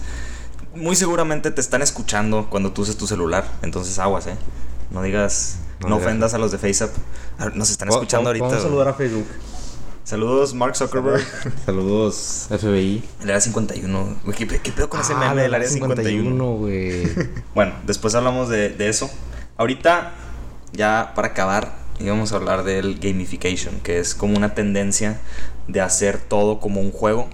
[SPEAKER 4] muy seguramente te están escuchando cuando tú uses tu celular. Entonces, aguas, ¿eh? No digas,
[SPEAKER 7] No
[SPEAKER 4] no,
[SPEAKER 7] digas.
[SPEAKER 4] ofendas a los de FaceApp. Ah, Nos están escuchando ahorita.
[SPEAKER 7] Vamos a
[SPEAKER 4] güey.
[SPEAKER 7] saludar a Facebook.
[SPEAKER 4] Saludos, Mark Zuckerberg.
[SPEAKER 7] Saludos, FBI.
[SPEAKER 4] El área 51. Güey, ¿Qué, pe- qué pedo con
[SPEAKER 7] Ah,
[SPEAKER 4] ese meme del área 51?
[SPEAKER 7] güey.
[SPEAKER 4] Bueno, después hablamos de, de eso. Ahorita, ya para acabar, íbamos a hablar del gamification, que es como una tendencia de hacer todo como un juego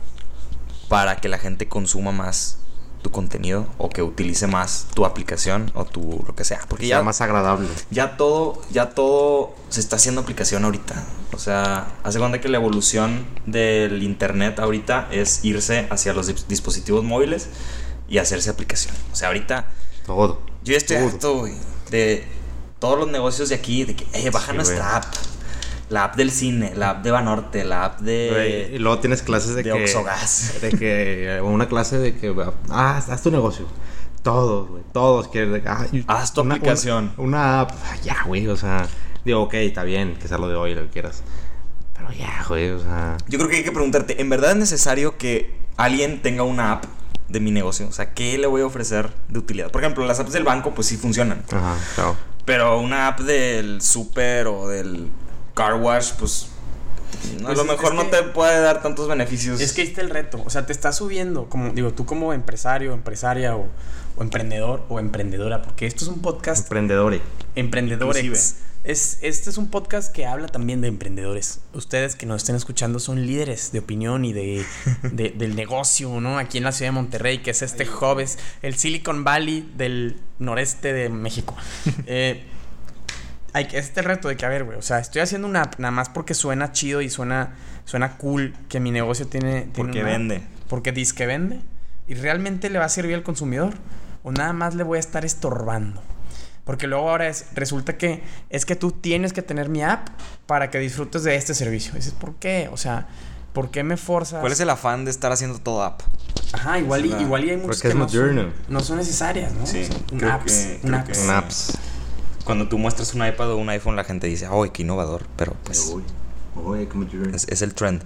[SPEAKER 4] para que la gente consuma más tu contenido o que utilice más tu aplicación o tu lo que sea. Porque
[SPEAKER 7] sea
[SPEAKER 4] ya,
[SPEAKER 7] más agradable.
[SPEAKER 4] ya todo, ya todo se está haciendo aplicación ahorita. O sea, hace cuenta que la evolución del internet ahorita es irse hacia los dis- dispositivos móviles y hacerse aplicación. O sea, ahorita
[SPEAKER 7] Todo.
[SPEAKER 4] yo ya estoy
[SPEAKER 7] Todo.
[SPEAKER 4] harto, güey, de todos los negocios de aquí, de que, eh, baja
[SPEAKER 7] Sí,
[SPEAKER 4] nuestra
[SPEAKER 7] güey.
[SPEAKER 4] app. La app del cine, la app de Banorte, la app de...
[SPEAKER 7] Güey, y luego tienes clases de,
[SPEAKER 4] Eh, de
[SPEAKER 7] que.
[SPEAKER 4] Oxogas.
[SPEAKER 7] De que. eh, Una clase de que. Ah, haz- haz tu negocio. Todos, güey. Todos quieren. de que, ah, y-
[SPEAKER 4] Haz tu
[SPEAKER 7] una-
[SPEAKER 4] aplicación.
[SPEAKER 7] Una, una app. ah, Ya, güey. O sea. Digo, ok, está bien. Que sea lo de hoy, lo que quieras. Pero ya, güey. O sea.
[SPEAKER 4] Yo creo que hay que preguntarte, ¿en verdad es necesario que alguien tenga una app de mi negocio? O sea, ¿qué le voy a ofrecer de utilidad? Por ejemplo, las apps del banco pues sí funcionan,
[SPEAKER 7] Ajá, claro.
[SPEAKER 4] pero una app del super o del car wash pues, a
[SPEAKER 2] Pues
[SPEAKER 4] lo
[SPEAKER 2] es
[SPEAKER 4] mejor no
[SPEAKER 2] que-
[SPEAKER 4] te puede dar tantos beneficios.
[SPEAKER 2] Es que ahí está el reto. O sea, te estás subiendo, como digo, tú como empresario, empresaria o, o emprendedor o emprendedora, porque esto es un podcast
[SPEAKER 7] Emprendedores.
[SPEAKER 2] emprendedores.
[SPEAKER 4] inclusive.
[SPEAKER 2] Es, este es un podcast que habla también de emprendedores. Ustedes que nos estén escuchando son líderes de opinión y de, de- del negocio, ¿no? Aquí en la ciudad de Monterrey, que es este hub, es el Silicon Valley del noreste de México. Eh, hay que- este reto de que, a ver, güey, o sea, estoy haciendo una app nada más porque suena chido y suena, suena cool que mi negocio tiene. tiene
[SPEAKER 4] Porque
[SPEAKER 2] una app,
[SPEAKER 4] vende.
[SPEAKER 2] Porque dice que vende. ¿Y realmente le va a servir al consumidor? ¿O nada más le voy a estar estorbando? Porque luego ahora es, resulta que es que tú tienes que tener mi app para que disfrutes de este servicio. Y dices, ¿por qué? O sea, ¿por qué me forzas?
[SPEAKER 4] ¿Cuál es el afán de estar haciendo todo app?
[SPEAKER 2] Ajá, igual, y,
[SPEAKER 4] la-
[SPEAKER 2] igual y hay muchos
[SPEAKER 7] Porque
[SPEAKER 2] que
[SPEAKER 7] es
[SPEAKER 2] no
[SPEAKER 7] moderno.
[SPEAKER 2] son, no son necesarias, ¿no?
[SPEAKER 4] Sí,
[SPEAKER 2] O sea, un
[SPEAKER 4] creo
[SPEAKER 2] apps,
[SPEAKER 4] que-
[SPEAKER 2] un
[SPEAKER 4] creo
[SPEAKER 2] apps.
[SPEAKER 4] que-
[SPEAKER 7] Una apps.
[SPEAKER 4] Cuando tú muestras un iPad o un iPhone, la gente dice, ¡ay, qué innovador! Pero pues
[SPEAKER 7] Oye, como yo.
[SPEAKER 4] es, es el trend.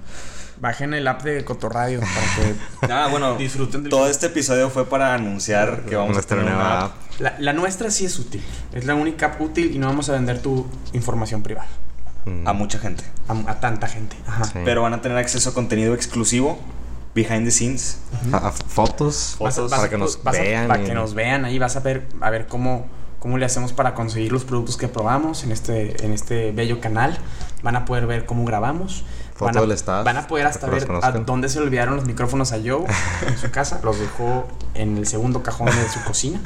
[SPEAKER 2] Bajen el app de Cotorradio para que
[SPEAKER 4] Ah, bueno,
[SPEAKER 2] disfruten del
[SPEAKER 4] todo este episodio fue para anunciar que vamos
[SPEAKER 7] Nuestra
[SPEAKER 4] a tener
[SPEAKER 7] nueva
[SPEAKER 4] una
[SPEAKER 7] app.
[SPEAKER 4] app.
[SPEAKER 2] La, la nuestra sí es útil. Es la única app útil y no vamos a vender tu información privada
[SPEAKER 7] mm,
[SPEAKER 4] a mucha gente.
[SPEAKER 2] a, a tanta gente. Ajá.
[SPEAKER 7] Sí.
[SPEAKER 4] Pero van a tener acceso a contenido exclusivo, behind the scenes.
[SPEAKER 7] A- a fotos.
[SPEAKER 2] Vas a- vas
[SPEAKER 7] para
[SPEAKER 2] a-
[SPEAKER 7] que nos
[SPEAKER 2] vas a-
[SPEAKER 7] vean.
[SPEAKER 2] para
[SPEAKER 7] y-
[SPEAKER 2] que nos vean ahí, vas a ver, a ver cómo, cómo le hacemos para conseguir los productos que probamos en este, en este bello canal. Van a poder ver cómo grabamos.
[SPEAKER 7] Foto
[SPEAKER 2] van a,
[SPEAKER 7] del staff,
[SPEAKER 2] Van a poder
[SPEAKER 7] para
[SPEAKER 2] hasta
[SPEAKER 7] que los
[SPEAKER 2] ver a
[SPEAKER 7] conozcan.
[SPEAKER 2] dónde se le olvidaron los micrófonos a Joe en su casa. Los dejó en el segundo cajón de su cocina,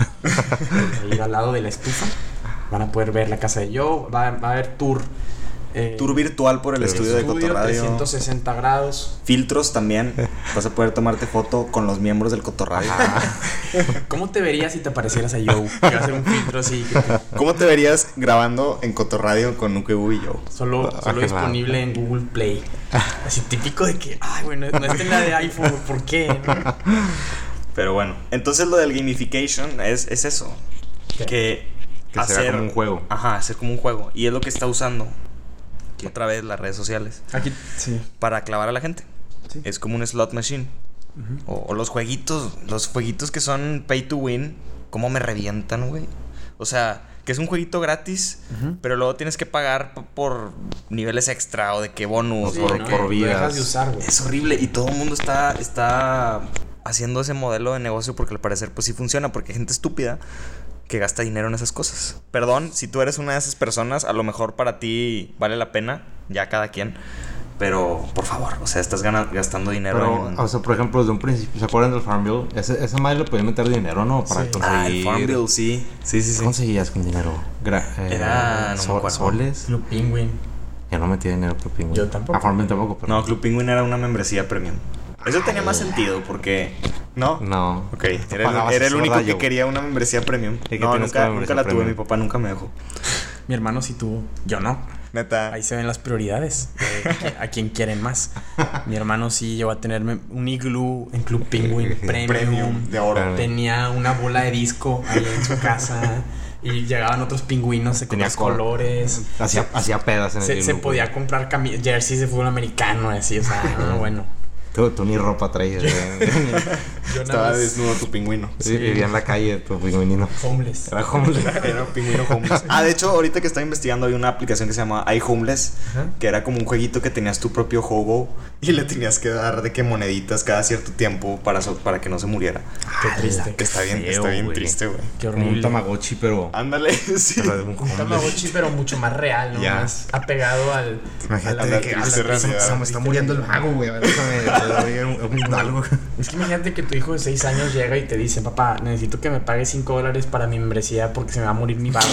[SPEAKER 2] ahí al lado de la estufa. Van a poder ver la casa de Joe. Va, va a haber tour. eh,
[SPEAKER 4] Tour virtual por el estudio, de Cotorradio.
[SPEAKER 2] 360 grados.
[SPEAKER 4] Filtros también. Vas a poder tomarte foto con los miembros del Cotorradio.
[SPEAKER 2] ¿Cómo te verías si te parecieras a Joe? Que va a ser un filtro así. que te-
[SPEAKER 4] ¿Cómo te verías grabando en Cotorradio con Nukebu y yo?
[SPEAKER 2] Solo,
[SPEAKER 7] Ah,
[SPEAKER 2] solo
[SPEAKER 7] qué raro.
[SPEAKER 2] disponible en Google Play. Así típico de que, ay, bueno, no está en la de iPhone, ¿por qué? no?"
[SPEAKER 4] Pero bueno, entonces lo del gamification es, es eso.
[SPEAKER 2] ¿Qué?
[SPEAKER 4] Que,
[SPEAKER 7] Que se vea como un juego.
[SPEAKER 4] Ajá, hacer como un juego. Y es lo que está usando otra vez las redes sociales
[SPEAKER 2] Aquí, sí.
[SPEAKER 4] para clavar a la gente.
[SPEAKER 2] Sí.
[SPEAKER 4] Es como un slot machine. o, o los jueguitos, los jueguitos que son pay to win, ¿cómo me revientan, güey? O sea, que es un jueguito gratis, pero luego tienes que pagar p- por niveles extra o de que bonus
[SPEAKER 2] Sí,
[SPEAKER 4] o de
[SPEAKER 2] ¿no?
[SPEAKER 4] que-
[SPEAKER 7] por
[SPEAKER 2] Lo
[SPEAKER 7] vidas.
[SPEAKER 2] dejas de usar, güey.
[SPEAKER 4] es horrible y todo el mundo está, está haciendo ese modelo de negocio porque al parecer pues sí funciona, porque hay gente estúpida que gasta dinero en esas cosas. Perdón, si tú eres una de esas personas, a lo mejor para ti vale la pena, ya cada quien. Pero, por favor, o sea, estás gana- gastando dinero
[SPEAKER 5] Pero,
[SPEAKER 4] en...
[SPEAKER 5] o sea, por ejemplo, desde un principio, ¿se acuerdan del Farmville? Ese- esa madre le podía meter dinero, ¿no? Para
[SPEAKER 4] Ah,
[SPEAKER 5] conseguir.
[SPEAKER 4] el Farmville, sí. Sí, sí,
[SPEAKER 5] ¿Qué
[SPEAKER 4] sí.
[SPEAKER 5] conseguías con dinero? Gra- eh,
[SPEAKER 4] Era- no me acuerdo.
[SPEAKER 5] soles.
[SPEAKER 2] Club Penguin.
[SPEAKER 5] Ya no metía dinero por pingüino.
[SPEAKER 2] Yo tampoco.
[SPEAKER 5] A Farmville tampoco, pero.
[SPEAKER 4] No, Club Penguin era una membresía premium. Eso tenía más sentido porque... ¿No?
[SPEAKER 5] Ah. No.
[SPEAKER 4] Ok, era
[SPEAKER 5] Pagabas
[SPEAKER 4] el, era el
[SPEAKER 5] eso,
[SPEAKER 4] único
[SPEAKER 5] ¿verdad,
[SPEAKER 4] que
[SPEAKER 5] yo?
[SPEAKER 4] quería una membresía premium.
[SPEAKER 5] ¿Y qué
[SPEAKER 4] No,
[SPEAKER 5] tienes
[SPEAKER 4] nunca,
[SPEAKER 5] con la
[SPEAKER 4] nunca
[SPEAKER 5] membresía
[SPEAKER 4] la tuve,
[SPEAKER 5] premium?
[SPEAKER 4] mi papá nunca me dejó.
[SPEAKER 2] Mi hermano sí tuvo. Yo no.
[SPEAKER 4] Neta.
[SPEAKER 2] Ahí se ven las prioridades. de qui- a quién quieren más. Mi hermano sí llegó a tener mem- un iglú en Club Penguin Premium.
[SPEAKER 4] Premium, de oro.
[SPEAKER 2] Tenía una bola de disco ahí en su casa. Y llegaban otros pingüinos de
[SPEAKER 5] Tenía
[SPEAKER 2] otros
[SPEAKER 5] col-
[SPEAKER 2] colores.
[SPEAKER 5] Hacía, hacía pedas en
[SPEAKER 2] Se,
[SPEAKER 5] el
[SPEAKER 2] se
[SPEAKER 5] grupo.
[SPEAKER 2] podía comprar cami- jerseys de fútbol americano, así, o sea, no, bueno.
[SPEAKER 5] Tú, tú ni ropa traías. ¿eh?
[SPEAKER 2] Yo
[SPEAKER 4] Estaba
[SPEAKER 2] nada más
[SPEAKER 4] desnudo tu pingüino.
[SPEAKER 5] Sí, Vivía en la calle tu pingüinino.
[SPEAKER 2] homeless.
[SPEAKER 5] Era homeless.
[SPEAKER 4] Era un pingüino homeless. Ah, de hecho, ahorita que estaba investigando, había una aplicación que se llamaba iHomeless, que era como un jueguito que tenías tu propio hobo y le tenías que dar de que moneditas cada cierto tiempo para, so- para que no se muriera.
[SPEAKER 2] Qué triste.
[SPEAKER 4] Que está bien,
[SPEAKER 5] feo,
[SPEAKER 4] está bien
[SPEAKER 5] güey.
[SPEAKER 4] triste, güey.
[SPEAKER 2] Qué
[SPEAKER 5] Como un
[SPEAKER 2] horrible.
[SPEAKER 5] Tamagotchi, pero.
[SPEAKER 4] Ándale, Ah, sí.
[SPEAKER 5] pero de un
[SPEAKER 2] Un
[SPEAKER 5] homeless.
[SPEAKER 2] Tamagotchi, pero mucho más real, ¿no?
[SPEAKER 5] Ya.
[SPEAKER 2] Más apegado al.
[SPEAKER 5] Imagínate
[SPEAKER 2] a la-
[SPEAKER 5] de que
[SPEAKER 2] a
[SPEAKER 5] ah,
[SPEAKER 2] la
[SPEAKER 5] se, me-
[SPEAKER 4] realidad.
[SPEAKER 5] se me está muriendo el mago, güey. A ver, déjame le doy un- un algo.
[SPEAKER 2] Es que imagínate que tu hijo de 6 años llega y te dice, papá, necesito que me pagues 5 dólares para mi membresía porque se me va a morir mi vago.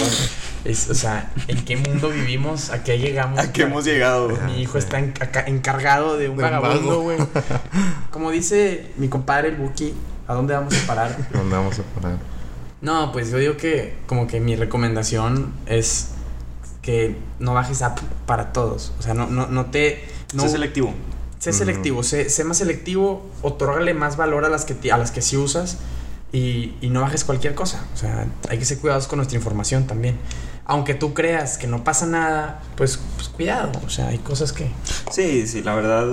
[SPEAKER 2] Es, o sea, ¿en qué mundo vivimos? ¿A qué llegamos?
[SPEAKER 4] ¿A qué hemos llegado? güey?
[SPEAKER 2] Mi hijo está en- acá- encargado de un
[SPEAKER 5] De un
[SPEAKER 2] vagabundo,
[SPEAKER 5] vago.
[SPEAKER 2] güey. Como dice mi compadre el Buki, ¿a dónde vamos a parar?
[SPEAKER 5] ¿Dónde vamos a parar?
[SPEAKER 2] No, pues yo digo que como que mi recomendación es que no bajes app para todos. O sea, no, no, no te... No,
[SPEAKER 4] Sé selectivo.
[SPEAKER 2] Sé selectivo, sé, sé más selectivo, otórgale más valor a las que, ti- a las que sí usas y, y no bajes cualquier cosa. O sea, hay que ser cuidados con nuestra información también. Aunque tú creas que no pasa nada, pues, pues cuidado. O sea, hay cosas que...
[SPEAKER 4] Sí, sí, la verdad.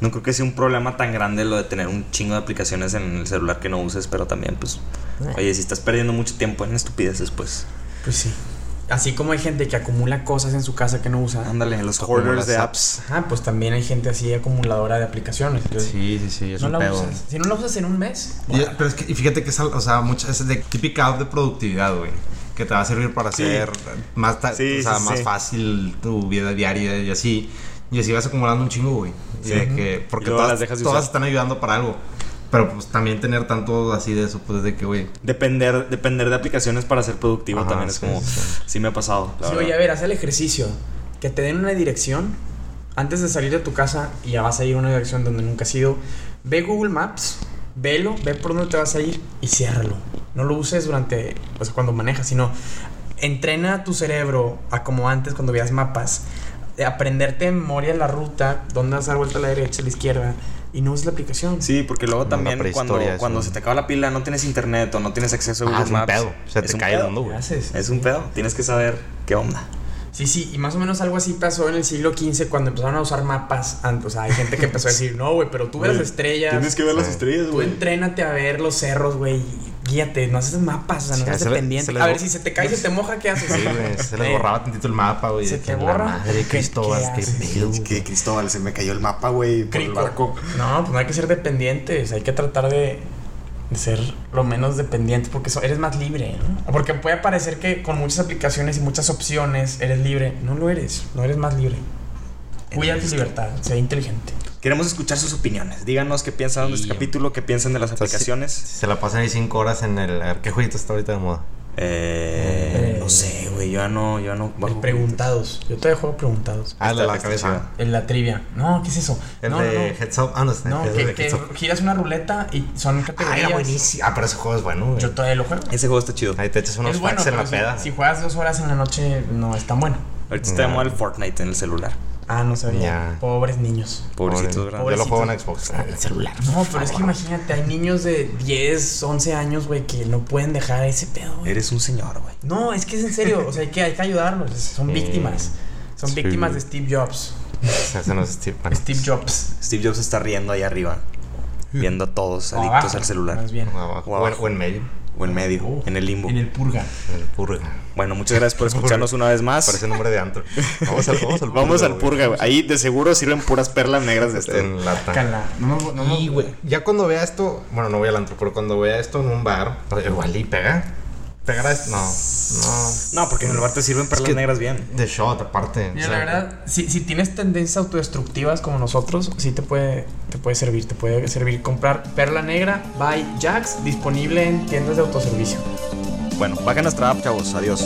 [SPEAKER 4] No creo que sea un problema tan grande lo de tener un chingo de aplicaciones en el celular que no uses, pero también, pues.
[SPEAKER 5] Eh.
[SPEAKER 4] Oye, si estás perdiendo mucho tiempo en estupideces, pues.
[SPEAKER 2] Pues sí. Así como hay gente que acumula cosas en su casa que no usa.
[SPEAKER 4] Ándale, los
[SPEAKER 5] Como
[SPEAKER 4] hoarders
[SPEAKER 5] las
[SPEAKER 4] de apps.
[SPEAKER 5] apps.
[SPEAKER 2] Ajá, pues también hay gente así acumuladora de aplicaciones. Yo-
[SPEAKER 5] Sí, sí, sí, es
[SPEAKER 2] no
[SPEAKER 5] un
[SPEAKER 2] la
[SPEAKER 5] pedo.
[SPEAKER 2] usas. Si no la usas en un mes,
[SPEAKER 5] Y- pero es que, y fíjate que es, al- o sea, mucha, es de típica app de productividad, güey. Que te va a servir para
[SPEAKER 4] Sí.
[SPEAKER 5] hacer más, ta-
[SPEAKER 4] Sí,
[SPEAKER 5] o sea,
[SPEAKER 4] sí,
[SPEAKER 5] más
[SPEAKER 4] sí.
[SPEAKER 5] fácil tu vida diaria y así. Y así vas acumulando un chingo, güey. Y
[SPEAKER 4] Sí.
[SPEAKER 5] de que- porque
[SPEAKER 4] Y luego
[SPEAKER 5] todas,
[SPEAKER 4] las dejas de
[SPEAKER 5] todas
[SPEAKER 4] usar.
[SPEAKER 5] están ayudando para algo. Pero pues también tener tanto así de eso, pues de que, güey.
[SPEAKER 4] Depender, depender de aplicaciones para ser productivo
[SPEAKER 5] Ajá,
[SPEAKER 4] también es
[SPEAKER 5] sí,
[SPEAKER 4] como.
[SPEAKER 5] sí,
[SPEAKER 4] Sí, me ha pasado. la
[SPEAKER 2] Sí,
[SPEAKER 4] verdad.
[SPEAKER 2] oye, a ver, haz el ejercicio. Que te den una dirección antes de salir de tu casa y ya vas a ir a una dirección donde nunca has ido. Ve Google Maps, velo, ve por dónde te vas a ir y ciérralo. No lo uses durante, o sea, cuando manejas, sino entrena tu cerebro a como antes cuando veías mapas. de Aprenderte en memoria la ruta, dónde vas a dar vuelta a la derecha, a la izquierda y no uses la aplicación.
[SPEAKER 4] Sí, porque luego
[SPEAKER 5] Como
[SPEAKER 4] también
[SPEAKER 5] la prehistoria
[SPEAKER 4] cuando,
[SPEAKER 5] es
[SPEAKER 4] cuando
[SPEAKER 5] un-
[SPEAKER 4] se te acaba la pila, no tienes internet o no tienes acceso a
[SPEAKER 5] Ah,
[SPEAKER 4] Google
[SPEAKER 5] es un
[SPEAKER 4] Maps.
[SPEAKER 5] pedo. Se
[SPEAKER 4] Es
[SPEAKER 5] te
[SPEAKER 4] un
[SPEAKER 5] cae el
[SPEAKER 4] pedo.
[SPEAKER 5] mundo,
[SPEAKER 2] ¿Qué
[SPEAKER 5] güey.
[SPEAKER 2] haces?
[SPEAKER 4] Es un pedo. Tienes que saber qué onda.
[SPEAKER 2] Sí, sí, y más o menos algo así pasó en el siglo XV cuando empezaron a usar mapas. ant- O sea, hay gente que empezó a decir, no, güey, pero tú ves las estrellas.
[SPEAKER 4] que ver
[SPEAKER 5] las
[SPEAKER 4] estrellas,
[SPEAKER 2] Tú entrénate a ver los cerros, güey. y Guíate, no haces mapas, o sea, no
[SPEAKER 5] Sí,
[SPEAKER 2] eres
[SPEAKER 5] se le-
[SPEAKER 2] dependiente.
[SPEAKER 5] se le
[SPEAKER 2] a
[SPEAKER 5] bo-
[SPEAKER 2] ver, si se te cae y se te moja, ¿qué haces?
[SPEAKER 5] Sí, güey, se les
[SPEAKER 2] Eh,
[SPEAKER 5] borraba tantito el mapa, güey.
[SPEAKER 2] ¿se
[SPEAKER 5] de
[SPEAKER 2] te
[SPEAKER 5] que la
[SPEAKER 2] borra?
[SPEAKER 5] Madre,
[SPEAKER 2] ¿Qué-
[SPEAKER 5] Cristóbal,
[SPEAKER 2] qué
[SPEAKER 5] qué
[SPEAKER 2] haces?
[SPEAKER 5] pedo. güey.
[SPEAKER 4] Que Cristóbal, se me cayó el mapa, güey. por el
[SPEAKER 2] crico.
[SPEAKER 4] barco.
[SPEAKER 2] No, pues no hay que ser dependientes. Hay que tratar de, de ser lo menos dependiente porque so- eres más libre, ¿no? Porque puede parecer que con muchas aplicaciones y muchas opciones eres libre. No lo eres, no eres más libre. Cuida tu libertad, sea inteligente.
[SPEAKER 4] Queremos escuchar sus opiniones. Díganos qué piensan de este
[SPEAKER 5] Y-
[SPEAKER 4] capítulo, qué piensan de las
[SPEAKER 5] Entonces,
[SPEAKER 4] aplicaciones.
[SPEAKER 5] Se la pasan ahí cinco horas en el. A ver, ¿qué jueguito está ahorita de moda?
[SPEAKER 4] Eh,
[SPEAKER 2] Eh,
[SPEAKER 4] no sé, güey. Yo ya no, yo ya no.
[SPEAKER 2] El
[SPEAKER 4] bajo-
[SPEAKER 2] preguntados. Yo todavía juego preguntados.
[SPEAKER 5] Ah, la, de la
[SPEAKER 4] está
[SPEAKER 5] cabeza.
[SPEAKER 4] chido.
[SPEAKER 2] En la trivia. No, ¿qué es eso?
[SPEAKER 5] El
[SPEAKER 2] no,
[SPEAKER 5] de
[SPEAKER 2] no, no.
[SPEAKER 5] Heads Up. Ah, no, está
[SPEAKER 2] No,
[SPEAKER 5] el
[SPEAKER 2] que,
[SPEAKER 5] de
[SPEAKER 2] que
[SPEAKER 5] Heads Up.
[SPEAKER 2] giras una ruleta y son
[SPEAKER 5] Ah,
[SPEAKER 2] categorías.
[SPEAKER 5] era buenísimo. Ah, pero ese juego es bueno, güey.
[SPEAKER 2] Yo todavía lo juego.
[SPEAKER 4] Ese juego está chido.
[SPEAKER 5] Ahí te echas unos
[SPEAKER 2] es bueno,
[SPEAKER 5] facts en
[SPEAKER 2] pero
[SPEAKER 5] la
[SPEAKER 2] si,
[SPEAKER 5] peda.
[SPEAKER 2] si juegas dos horas en la noche no es tan bueno.
[SPEAKER 4] Ahorita está de
[SPEAKER 5] Ya.
[SPEAKER 4] moda el Fortnite en el celular.
[SPEAKER 2] Ah, no sabía.
[SPEAKER 5] Ya.
[SPEAKER 2] Pobres niños.
[SPEAKER 4] Pobrecitos,
[SPEAKER 5] Pobre.
[SPEAKER 4] ¿verdad?
[SPEAKER 5] Yo lo juego en
[SPEAKER 2] Pobrecitos.
[SPEAKER 5] Xbox. En el celular.
[SPEAKER 2] No, pero es que imagínate, hay niños de 10, 11 años, güey, que no pueden dejar ese pedo,
[SPEAKER 5] Eh.
[SPEAKER 2] güey.
[SPEAKER 4] Eres un señor, güey.
[SPEAKER 2] No, es que es en serio, o sea, hay que, hay que ayudarlos. Son
[SPEAKER 5] Sí.
[SPEAKER 2] víctimas. Son
[SPEAKER 5] Eh, Sí.
[SPEAKER 2] víctimas de Steve Jobs.
[SPEAKER 5] Ese no es Steve. bueno. pues,
[SPEAKER 2] Steve Jobs.
[SPEAKER 4] Steve Jobs está riendo ahí arriba. Viendo a todos
[SPEAKER 2] O
[SPEAKER 4] adictos
[SPEAKER 2] abajo,
[SPEAKER 4] al celular.
[SPEAKER 2] Más bien.
[SPEAKER 5] O abajo,
[SPEAKER 4] O
[SPEAKER 5] Ah, O, en,
[SPEAKER 4] abajo.
[SPEAKER 5] o en medio.
[SPEAKER 4] O en medio,
[SPEAKER 2] Oh.
[SPEAKER 4] en el limbo.
[SPEAKER 2] En el purga.
[SPEAKER 5] En el purga.
[SPEAKER 4] Bueno, muchas gracias por escucharnos una vez más.
[SPEAKER 5] Parece nombre de antro. Vamos al, vamos al purga.
[SPEAKER 4] Vamos al
[SPEAKER 5] güey.
[SPEAKER 4] purga, güey. Ahí de seguro sirven puras perlas negras de este.
[SPEAKER 5] En lata.
[SPEAKER 2] Cala. No, no, no,
[SPEAKER 5] Y, güey, ya cuando vea esto, bueno, no voy al antro, pero cuando vea esto en un bar, igual y pega. te agradezco. No, no.
[SPEAKER 4] No, porque en el bar te sirven perlas
[SPEAKER 5] que-
[SPEAKER 4] negras bien.
[SPEAKER 5] De shot, aparte. o
[SPEAKER 2] Mira,
[SPEAKER 5] sea,
[SPEAKER 2] la verdad, si, si tienes tendencias autodestructivas como nosotros, sí te puede, te puede servir. Te puede servir comprar Perla Negra by Jax, disponible en tiendas de autoservicio.
[SPEAKER 4] Bueno, baja nuestra app, chavos. Adiós.